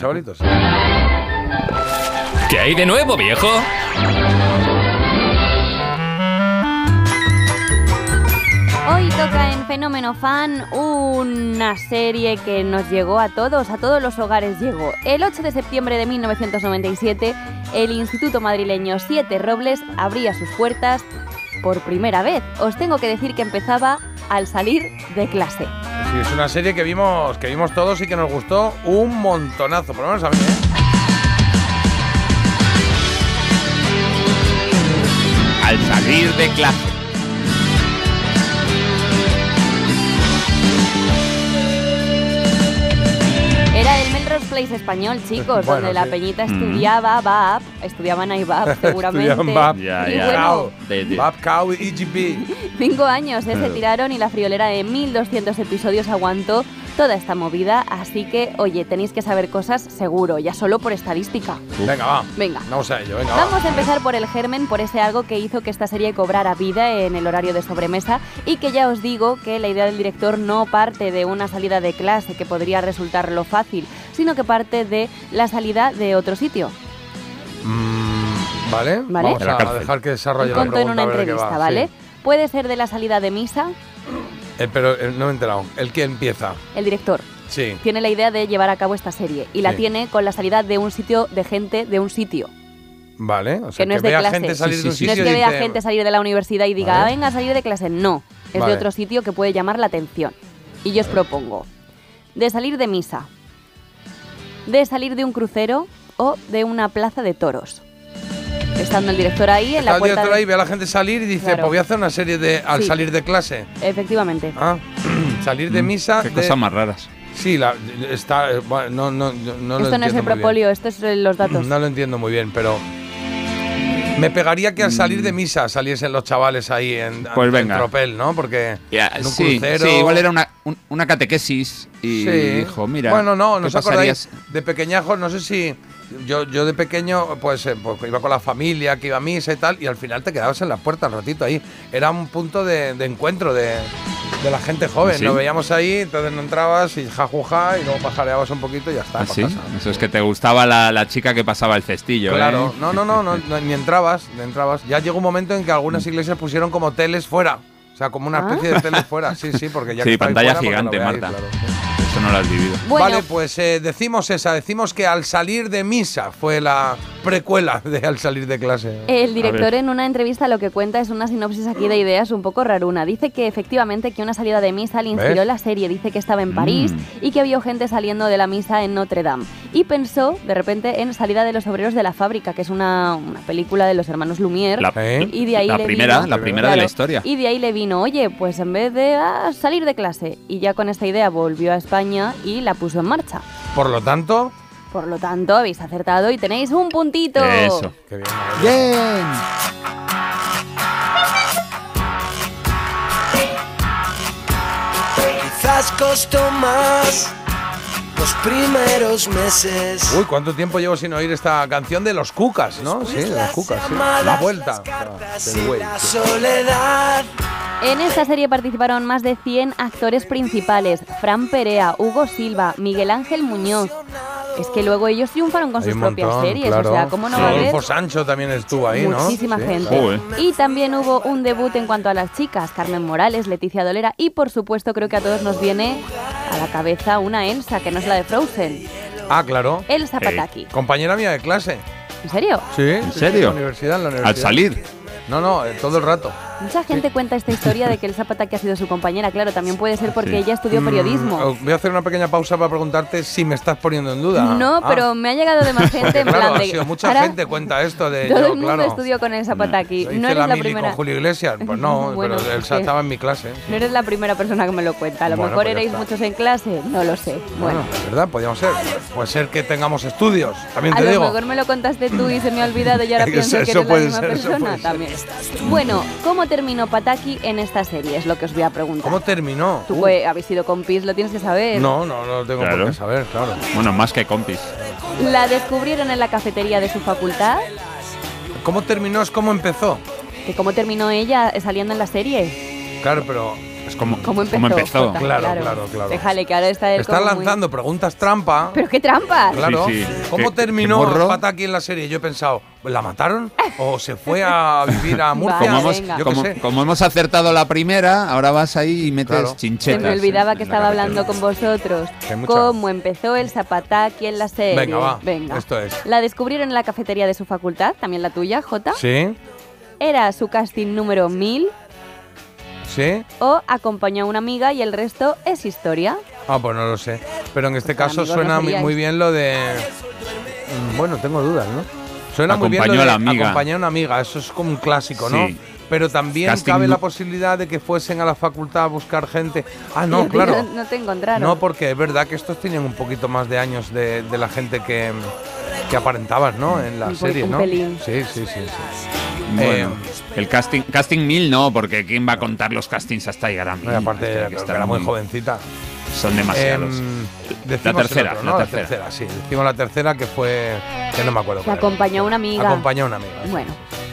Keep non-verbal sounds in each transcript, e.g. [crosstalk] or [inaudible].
Chavalitos. ¿Qué hay de nuevo, viejo? Hoy toca en Fenómeno Fan una serie que nos llegó a todos, a todos los hogares llegó. El 8 de septiembre de 1997, el Instituto Madrileño Siete Robles abría sus puertas por primera vez. Os tengo que decir que empezaba al salir de clase. Sí, es una serie que vimos, que vimos todos y que nos gustó un montonazo, por lo menos a mí. ¿eh? Al salir de clase. Era el Melrose Place español, chicos, Bueno, donde la sí. Mm. peñita estudiaba, va, estudiaban ahí va, seguramente. [laughs] Estudiaban Bab, Ya, Y ya. bueno, De- de- Bab, Cow y EGP. Cinco años, ¿eh? se Claro. tiraron y la friolera de 1200 episodios aguantó toda esta movida, así que, oye, tenéis que saber cosas seguro, ya solo por estadística. Venga, va. Venga. Vamos a ello, venga. va. Vamos a empezar por el germen, por ese algo que hizo que esta serie cobrara vida en el horario de sobremesa y que ya os digo que la idea del director no parte de una salida de clase que podría resultar lo fácil, sino que parte de la salida de otro sitio. Mm, ¿Vale? Vale. Vamos En la a cárcel. dejar que desarrolle la Contó pregunta. en una a ver de qué entrevista, va, ¿vale? sí. Puede ser de la salida de misa, Eh, pero eh, no me he enterado. ¿El que empieza? el director. Sí. tiene la idea de llevar a cabo esta serie y la Sí. tiene con la salida de un sitio de gente de un sitio. Vale. O sea, Que no es de vea clase. gente salir Sí, de un sí, sí. no sitio es que y vea dice, gente salir de la universidad y diga, Vale. venga a salir de clase. No, es Vale. de otro sitio que puede llamar la atención. Y yo os propongo de salir de misa, de salir de un crucero o de una plaza de toros. Estando el director ahí en está la el puerta. director de- ahí, ve a la gente salir y dice, Claro. pues voy a hacer una serie de al Sí. salir de clase. Efectivamente. Ah, [clears throat] salir de misa. Mm, Qué de- cosa más raras. Sí, la, está. eh, bueno, No, no, no, no lo esto no entiendo es el muy bien. Mm, propolio, esto es eh, los datos. No lo entiendo muy bien, pero. Me pegaría que al salir de misa saliesen los chavales ahí en, Mm. Pues en venga. tropel, ¿no? Porque Ya, en un sí, crucero. sí, igual era una, un- una catequesis y Sí. dijo, mira, Bueno, no, ¿qué ¿nos pasaría acordáis? De pequeñajos, no sé si. Yo, yo de pequeño, pues, eh, pues, iba con la familia, que iba a misa y tal, y al final te quedabas en la puerta un ratito ahí. Era un punto de, de encuentro de, de la gente joven. ¿Ah, ¿Sí? Nos veíamos ahí, entonces no entrabas y jajuja, y luego pajareabas un poquito y ya está. pues pa' ¿Ah, sí? casa. Eso es que te gustaba la, la chica que pasaba el cestillo, Claro, ¿eh? no, no, no, no, no, ni entrabas, ni entrabas. Ya llegó un momento en que algunas Mm. iglesias pusieron como teles fuera. O sea, como una Ah. especie de teles fuera. Sí, sí, porque ya que Sí, está ahí fuera, pantalla pues que lo gigante, veáis, Marta. claro. Eso no lo has vivido. Bueno, Vale, pues eh, decimos esa, decimos que al salir de misa fue la precuela de al salir de clase. El A ver. director en una entrevista lo que cuenta es una sinopsis aquí de ideas un poco raruna. Dice que efectivamente que una salida de misa le inspiró ¿Ves? la serie. Dice que estaba en París Mm. y que vio gente saliendo de la misa en Notre Dame. Y pensó de repente en Salida de los Obreros de la Fábrica, que es una, una película de los hermanos Lumière. La, ¿Eh? y de ahí la le primera, vino- la primera de la Claro. historia. Y de ahí le vino, oye, pues en vez de ah, salir de clase. Y ya con esta idea volvió a España y la puso en marcha. Por lo tanto, Por lo tanto, habéis acertado y tenéis un puntito. Eso. qué bien. Bien. Quizás costó más los primeros meses. Uy, ¿cuánto tiempo llevo sin oír esta canción de los cucas, no? Sí, de los cucas, sí. La vuelta. Las cartas Ah, del y güey, la sí. soledad. En esta serie participaron más de 100 actores principales, Fran Perea, Hugo Silva, Miguel Ángel Muñoz. Es que luego ellos triunfaron con Hay sus un propias montón, series, claro. o sea, ¿cómo no Sí. va a haber Rodolfo Sancho también estuvo ahí, ¿no? muchísima Sí, gente? claro. Joder. Y también hubo un debut en cuanto a las chicas, Carmen Morales, Leticia Dolera y por supuesto creo que a todos nos viene a la cabeza una Elsa, que no es la de Frozen, Ah, claro. Elsa Pataki. Compañera mía de clase. ¿En serio? Sí. ¿En serio? En la universidad, en la Al universidad. salir. No, no, eh, todo el rato. Mucha gente cuenta esta historia de que Elsa Pataki ha sido su compañera, claro, también puede ser porque ella estudió periodismo. Mm, Voy a hacer una pequeña pausa para preguntarte si me estás poniendo en duda. No, Ah, pero me ha llegado de más gente en [laughs] claro, plan ha de. sido mucha ahora gente cuenta esto [laughs] de Todo yo, el mundo claro. estudió con el Zapataki. Yo hice No eres la, la, mili primera. con Julio Iglesias. Pues no, [laughs] Bueno, pero él sí. estaba en mi clase. No eres la primera persona que me lo cuenta. A lo Bueno, mejor pues ya erais está. muchos en clase. No lo sé. Bueno, Bueno. es Ah, verdad, podíamos ser. Puede ser que tengamos estudios, también A te lo digo. mejor me lo contaste tú y se me ha olvidado y [laughs] ahora Eso- pienso que eso eres la puede misma ser, eso puede persona ser. también. Bueno, ¿cómo terminó Pataki en esta serie? Es lo que os voy a preguntar. ¿Cómo terminó? Tú Uh, pues, habéis sido compis, lo tienes que saber. no, no, no lo tengo por Claro. qué saber, claro. Bueno, más que compis. La descubrieron en la cafetería de su facultad. ¿Cómo terminó es cómo empezó? que ¿Cómo terminó ella saliendo en la serie? Claro, pero Es como, ¿Cómo empezó? como empezó. Jota? Claro, claro, claro. Déjale, que ahora está él Están como muy- lanzando preguntas trampa. Pero qué trampa. Claro. Sí, sí. ¿Cómo Qué- terminó qué morro. Pataki en la serie? Yo he pensado, ¿la mataron? ¿O se fue [laughs] a vivir a Murcia? Vale, Como hemos, venga. Yo qué como- sé. como hemos acertado la primera, ahora vas ahí y metes Claro. Se chinchetas. me olvidaba en- que en la estaba cabeza. hablando con vosotros. Que hay mucha- ¿Cómo empezó el zapataki en la serie? Venga, va. Venga. Esto es. La descubrieron en la cafetería de su facultad, también la tuya, Jota. Sí, Era su casting número 1000 sí. o acompañó a una amiga y el resto es historia. Ah, pues no lo sé. Pero en este Pues, caso amigos, suena no muy- queríais. muy bien lo de. Mm, Bueno, tengo dudas, ¿no? Suena muy bien Acompañó lo a de la amiga. acompañar a una amiga. Eso es como un clásico, ¿no? Sí. Pero también Casting cabe nu- la posibilidad de que fuesen a la facultad a buscar gente. Ah, Y a [laughs] no, ti claro. No, no te encontraron. No, porque es verdad que estos tenían un poquito más de años de, de la gente que, que aparentaban, ¿no? En la Un po- serie, un ¿no? pelín. Sí, sí, sí. sí. Bueno, Eh, el casting, casting 1000 no, porque ¿quién va a contar los castings hasta llegar a 1000? No, y aparte, Tiene que que estar era muy jovencita. Son demasiados. Em, La decimos el tercera, otro, la ¿no? tercera. sí. Decimos la tercera que fue. que no me acuerdo. Que cuál era. acompañó a una amiga. Acompañó a una amiga. sí. Bueno,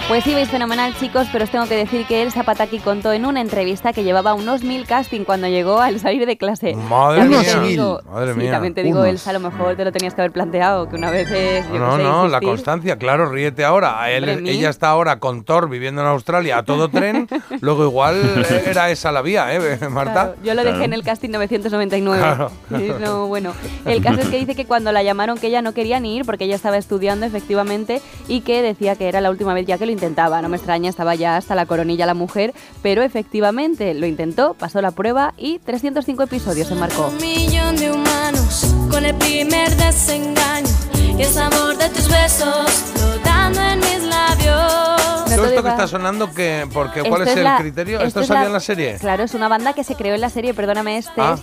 pues sí, veis fenomenal, chicos, pero os tengo que decir que el Zapataki contó en una entrevista que llevaba unos mil casting cuando llegó al salir de clase. Madre También mía. te digo- Unos mil. Madre sí, mía. también te digo, Unos. Elsa, a lo mejor te lo tenías que haber planteado, que una vez es. yo No, qué sé, no, la insistir. constancia, claro, ríete ahora. A él- Hombre, mí. ella está ahora con Thor viviendo en Australia a todo [laughs] tren. Luego igual eh, era esa la vía, ¿eh, Marta? Claro, yo lo dejé Claro. en el casting 999. [laughs] Claro. Sí, No, bueno, el caso es que dice que cuando la llamaron que ella no quería ni ir porque ella estaba estudiando efectivamente y que decía que era la última vez ya que lo intentaba. No me extraña, estaba ya hasta la coronilla la mujer, pero efectivamente lo intentó, pasó la prueba y 305 episodios se marcó. Un millón de humanos con el primer desengaño y el sabor de tus besos flotando en mis labios. ¿Todo te esto que diga- está sonando, que, porque, ¿cuál Esto es, el la- criterio? ¿Esto, es salía en la serie? Claro, es una banda que se creó en la serie, perdóname, este. Ah.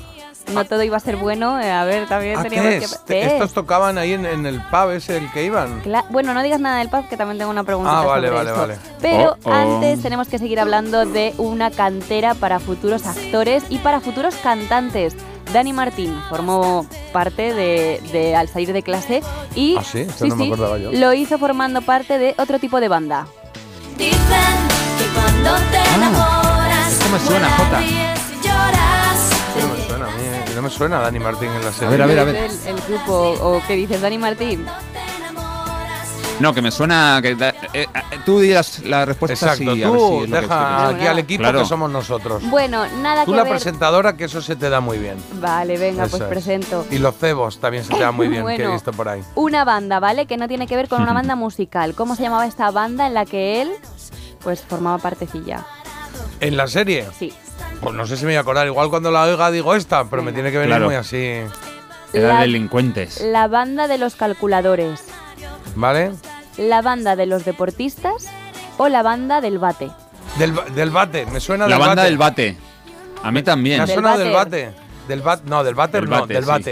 No todo iba a ser bueno, eh, a ver, también Ah, teníamos test. que... Test. Estos tocaban ahí en, en el pub ese el que iban. Cla- bueno, no digas nada del pub, que también tengo una pregunta. Ah, vale, vale, sobre esto. vale. Pero Oh, oh. antes tenemos que seguir hablando de una cantera para futuros actores y para futuros cantantes. Dani Martín formó parte de, de Al salir de clase y Ah, sí, esto no me acordaba yo. lo hizo formando parte de otro tipo de banda. Dicen que cuando te enamoras, Ah, esto me suena, vuelas, Jota. ríes y lloras. No me suena a mí, eh. No me suena Dani Martín en la serie. A ver, a ver, a ver. El, el grupo, o qué dices, Dani Martín. Te enamoras, No, que me suena. Que, da- eh, eh, tú dirás la respuesta así, Exacto, a ver si tú es lo que deja estoy aquí al equipo Claro. que somos nosotros. Bueno, nada Tú que la ver. presentadora, que eso se te da muy bien. Vale, venga, Eso pues es. presento. Y los cebos también se te [laughs] dan muy bien, que he Bueno. visto por ahí. Una banda, ¿vale? Que no tiene que ver [laughs] con una banda musical. ¿Cómo se llamaba esta banda en la que él pues formaba partecilla? ¿En la serie? Sí. Pues no sé si me voy a acordar. Igual cuando la oiga digo esta, pero me Venga. tiene que venir Claro. muy así. diciendo. Era La- eh, delincuentes. La banda de los calculadores, ¿Vale? la banda de los deportistas o la banda del bate. Del, ba- del bate, me suena La, del banda bate. del bate. A mí Me también. ha Del sonado del váter. bate. Del bat, no, del bate Del no, váter, del sí. bate.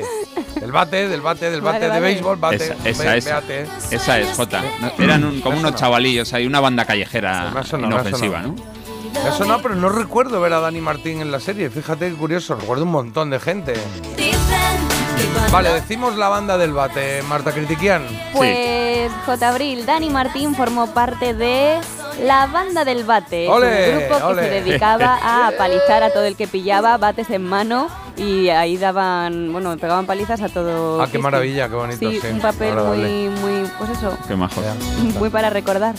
Del bate, del bate, del bate Vale, de vale. béisbol, bate. Esa, esa, be- esa. beate. Esa es, Jota. No, eran un- como Me ha unos sonado. chavalillos, hay una banda callejera Sí, me ha sonado, me ha inofensiva, sonado. ¿no? Me ha sonado, pero no recuerdo ver a Dani Martín en la serie. Fíjate qué curioso, recuerdo un montón de gente. dicen que cuando Vale, decimos la banda del bate, Marta Critiquian. Pues J. Abril, Dani Martín formó parte de la banda del bate, Es ¡Ole! un grupo ¡Ole! que se [laughs] dedicaba a palizar a todo el que pillaba, bates en mano y ahí daban, bueno, pegaban palizas a todo. Ah, qué Cristo. maravilla, qué bonito, sí, un papel muy, agradable. muy, pues eso, Qué majos. muy para recordar.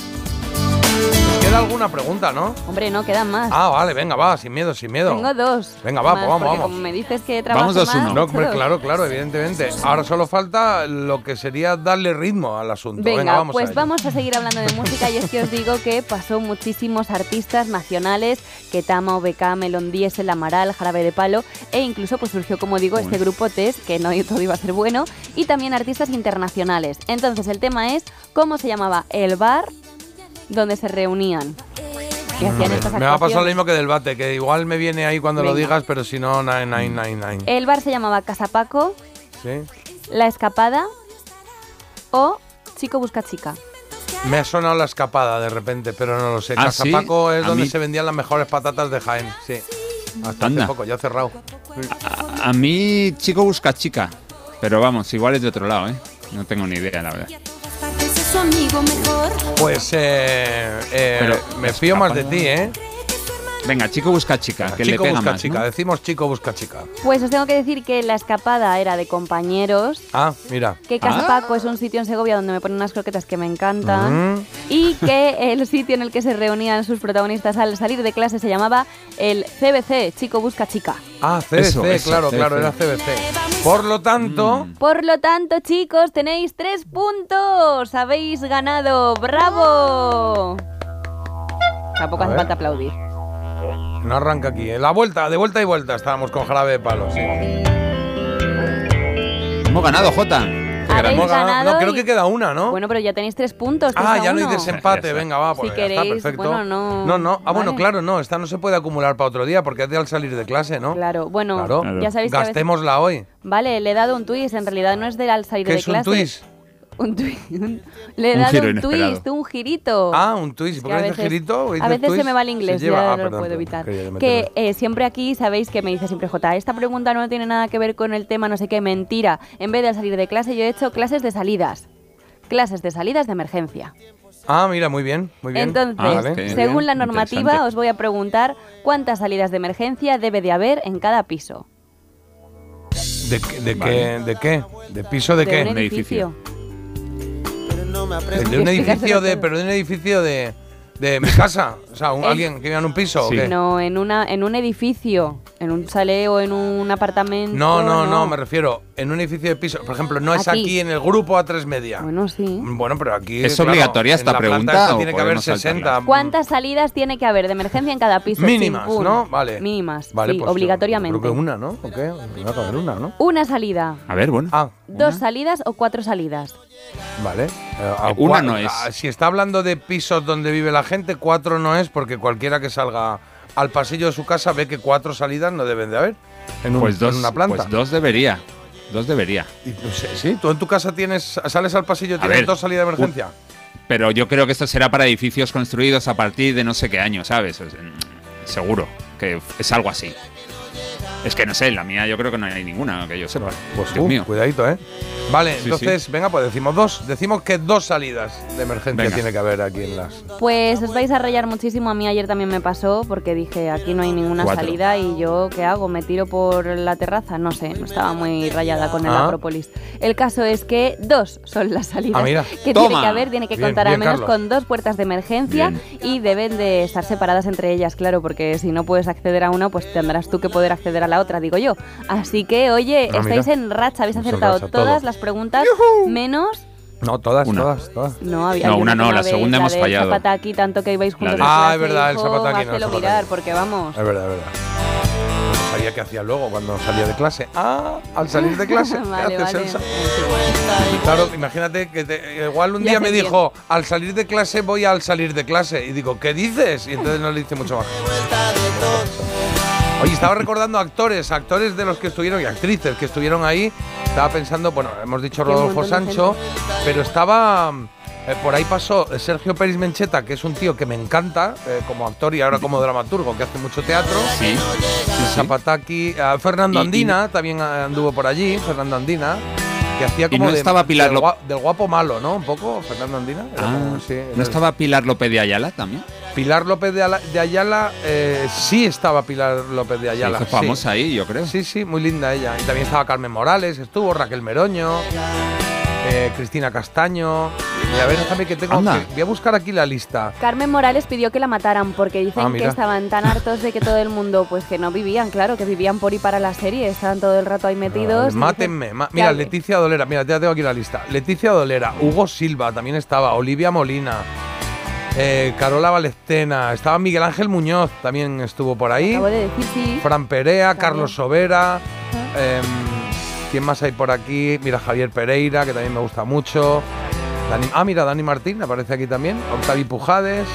Nos queda alguna pregunta, ¿no? Hombre, no quedan más. Ah, vale, venga, va, sin miedo, sin miedo. Tengo dos. Venga, va, más, pues vamos, porque vamos. Como me dices que trabajo Vamos dos, más, uno. No, hombre, dos. claro, claro, evidentemente. Ahora solo falta lo que sería darle ritmo al asunto. Venga, Venga, vamos pues a ello. vamos a seguir hablando de música y es que os digo que pasó muchísimos artistas nacionales, Ketama, OBK, Melon El Amaral, Jarabe de Palo e incluso pues surgió, como digo, este grupo Test, que no todo iba a ser bueno, y también artistas internacionales. Entonces el tema es cómo se llamaba el bar donde se reunían y hacían estas Mm, Me va a pasar lo actuaciones. mismo que del bate, que igual me viene ahí cuando lo Venga. Mm. Eh. digas, pero si no, nine, nine, nine, nine. El bar se llamaba Casapaco, ¿Sí? La Escapada o Chico Busca Chica. Me ha sonado la escapada de repente, pero no lo sé. Ah, Casa ¿sí? Paco es A donde mí- se vendían las mejores patatas de Jaén. Sí. Hasta hace Anda. poco, ya ha cerrado. A, a mí, chico busca chica. Pero vamos, igual es de otro lado, ¿eh? No tengo ni idea, la verdad. partes es su amigo mejor. Pues eh, eh, Pero me fío más de escapada- ti, ¿eh? Venga, chico busca chica, que chico le pega busca más. chica, ¿no? decimos chico busca chica. Pues os tengo que decir que la escapada era de compañeros, Ah, mira. que Ah. Caspaco es un sitio en Segovia donde me ponen unas croquetas que me encantan Mm. y que el sitio en el que se reunían sus protagonistas al salir de clase se llamaba el CBC, Chico Busca Chica. Ah, CBC, Eso, eso, claro, claro, CBC. era CBC. Por lo tanto, Por lo tanto, chicos, tenéis tres puntos. Habéis ganado. ¡Bravo! Tampoco A hace ver. falta aplaudir. Mm. no arranca aquí. ¿eh? La vuelta, de vuelta y vuelta estábamos con jarabe de palo. sí. eh. Hemos ganado, Jota. Habéis Hemos ganado- ganado No, y- creo que queda una, ¿no? Bueno, pero ya tenéis tres puntos. tres Ah, a ya no uno. hay desempate, Esa. venga, va, Pues Si pues ya queréis, está perfecto. bueno, no. no, no. Ah, bueno, Vale. claro, no, esta no se puede acumular para otro día porque es de al salir de clase, ¿no? Claro, bueno, Claro. ya sabéis que a veces- Gastémosla hoy. Vale, le he dado un twist. En realidad no es del al salir ¿Qué de es un clase. twist? [laughs] Un twist. un- Le he Un dado giro un inesperado. twist, un girito. Ah, un twist. ¿Por Que qué a dices veces- girito? ¿O a dices veces se twist? me va el inglés, lleva- ya ah, no perdón, lo perdón, puedo evitar. quería yo Que meterme. eh, siempre aquí sabéis que me dice siempre J, esta pregunta no tiene nada que ver con el tema, no sé qué, mentira. En vez de al salir de clase, yo he hecho clases de salidas. Clases de salidas de emergencia. Ah, mira, muy bien, muy bien. Entonces, Ah, Vale. qué según bien, la normativa, interesante. os voy a preguntar cuántas salidas de emergencia debe de haber en cada piso. ¿De, qué- de Vale. qué, ¿De qué? ¿De piso de, un qué? edi- edificio. De, un edificio Explicárselo de... todo. Pero de un edificio de... De mi casa. O sea, un- El- alguien que viva en un piso Sí. o qué? No, en, una, en un edificio, en un chalet o en un apartamento. No, no, no, me refiero en un edificio de piso. Por ejemplo, no es Aquí. aquí, en el grupo a tres media. Bueno, sí. Bueno, pero aquí. ¿Es obligatoria esta en la planta pregunta esta o tiene que haber podemos saltarla? 60. ¿Cuántas salidas tiene que haber de emergencia en cada piso? Mínimas, Chimpún. ¿no? Vale. Mínimas, Vale, sí, pues yo- obligatoriamente. Creo que una, ¿no? ¿O qué? Tendrá que haber una, ¿no? Una salida, A ver, bueno. Ah, dos salidas o cuatro salidas. vale. Eh, a Eh, una cua- no es. a- si está hablando de pisos donde vive la gente, cuatro no es, porque cualquiera que salga al pasillo de su casa ve que cuatro salidas no deben de haber en, un- Pues dos, en una planta. pues dos debería. Dos debería. Y, no sé, sí, tú en tu casa tienes, sales al pasillo y A tienes ver, dos salidas de emergencia. Pero yo creo que esto será para edificios construidos a partir de no sé qué año, ¿sabes? Es- mm, seguro que es algo así. Es que no sé, la mía yo creo que no hay ninguna, que yo sepa. Pues Dios uh, mío. cuidadito, ¿eh? Vale, Sí, entonces, venga, pues decimos dos. Decimos que dos salidas de emergencia Venga. tiene que haber aquí en las. Pues os vais a rayar muchísimo. A mí ayer también me pasó porque dije aquí no hay ninguna Cuatro. salida y yo qué hago, me tiro por la terraza. No sé, no estaba muy rayada con el Ah. Acrópolis. El caso es que dos son las salidas Ah, mira. que tiene Toma. que haber, tiene que Bien, contar al bien, menos Carlos. con dos puertas de emergencia Bien. y deben de estar separadas entre ellas, claro, porque si no puedes acceder a una, pues tendrás tú que poder acceder a la otra, digo yo. Así que, oye, Ah, mira. estáis en racha, habéis Estamos en acertado racha, todo. todas las preguntas menos No, todas, Una. todas, todas. no, había No, había una no, que la habéis, segunda hemos del fallado. Zapataki, tanto que ibais juntos. de- en Ah, clase, es verdad, el hijo, Zapataki no, el háztelo Zapataki. mirar, [laughs] porque vamos. Es verdad, es verdad. No sabía qué hacía luego cuando salía de clase. Ah, al salir [laughs] de clase. ¿qué vale, haces, vale. Elsa? En fin. Claro, imagínate que te- igual un Ya día te me entiendo. dijo, al salir de clase voy al salir de clase. Y digo, ¿qué dices? Y entonces no le hice mucho más. Oye, estaba recordando actores, actores de los que estuvieron y actrices que estuvieron ahí. Estaba pensando, bueno, hemos dicho Qué Rodolfo montón de Sancho, pero estaba. eh, por ahí pasó Sergio Pérez Mencheta, que es un tío que me encanta eh, como actor y ahora como dramaturgo, que hace mucho teatro. Sí. sí, sí. Zapataki, ah, Fernando Y- y- Andina también ah, anduvo por allí, Fernando Andina, que hacía como no de- estaba Pilar del, Lo- gua- del guapo malo, ¿no? Un poco, Fernando Andina. era Ah, como- sí, era- ¿No estaba Pilar López de Ayala también? Pilar López de, Ala- de Ayala, eh, sí estaba Pilar López de Ayala. Se hizo sí. famosa ¿eh? ahí, yo creo. Sí, sí, muy linda ella. Y también estaba Carmen Morales, estuvo Raquel Meroño, eh, Cristina Castaño. Y a ver, déjame que tengo. Anda. que- voy a buscar aquí la lista. Carmen Morales pidió que la mataran porque dicen Ah, que mira. estaban tan hartos de que todo el mundo, pues que no vivían, claro, que vivían por y para la serie, estaban todo el rato ahí metidos. Mátenme. ma- mira, Dale. Leticia Dolera, mira, ya tengo aquí la lista. Leticia Dolera, Hugo Silva también estaba, Olivia Molina, eh, Carola Valestena, estaba Miguel Ángel Muñoz, también estuvo por ahí. Acabo de decir sí. Fran Perea, Claro. Carlos Sobera. em, ¿Quién más hay por aquí? Mira, Javier Pereira, que también me gusta mucho. Dani- ah, mira, Dani Martín aparece aquí también. Octavi Pujades.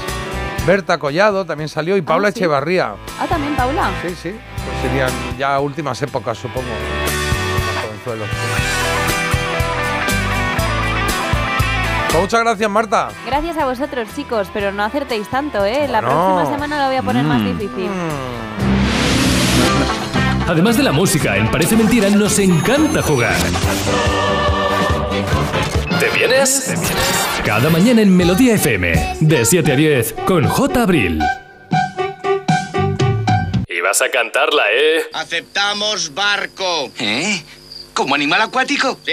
Berta Collado también salió. Y Paula sí. Echevarría. Ah, también Paula. Sí, sí. Pues serían ya últimas épocas, supongo. Jovenzuelos. Pues muchas gracias, Marta. Gracias a vosotros, chicos, pero no acertéis tanto, ¿eh? La Bueno. próxima semana lo voy a poner más Mm. difícil. Además de la música, en Parece Mentira nos encanta jugar. ¿Te vienes? ¿Te vienes? Cada mañana en Melodía FM, de 7 a 10, con J. Abril. vas a cantarla, ¿eh? Aceptamos barco. ¿Eh? ¿Como animal acuático?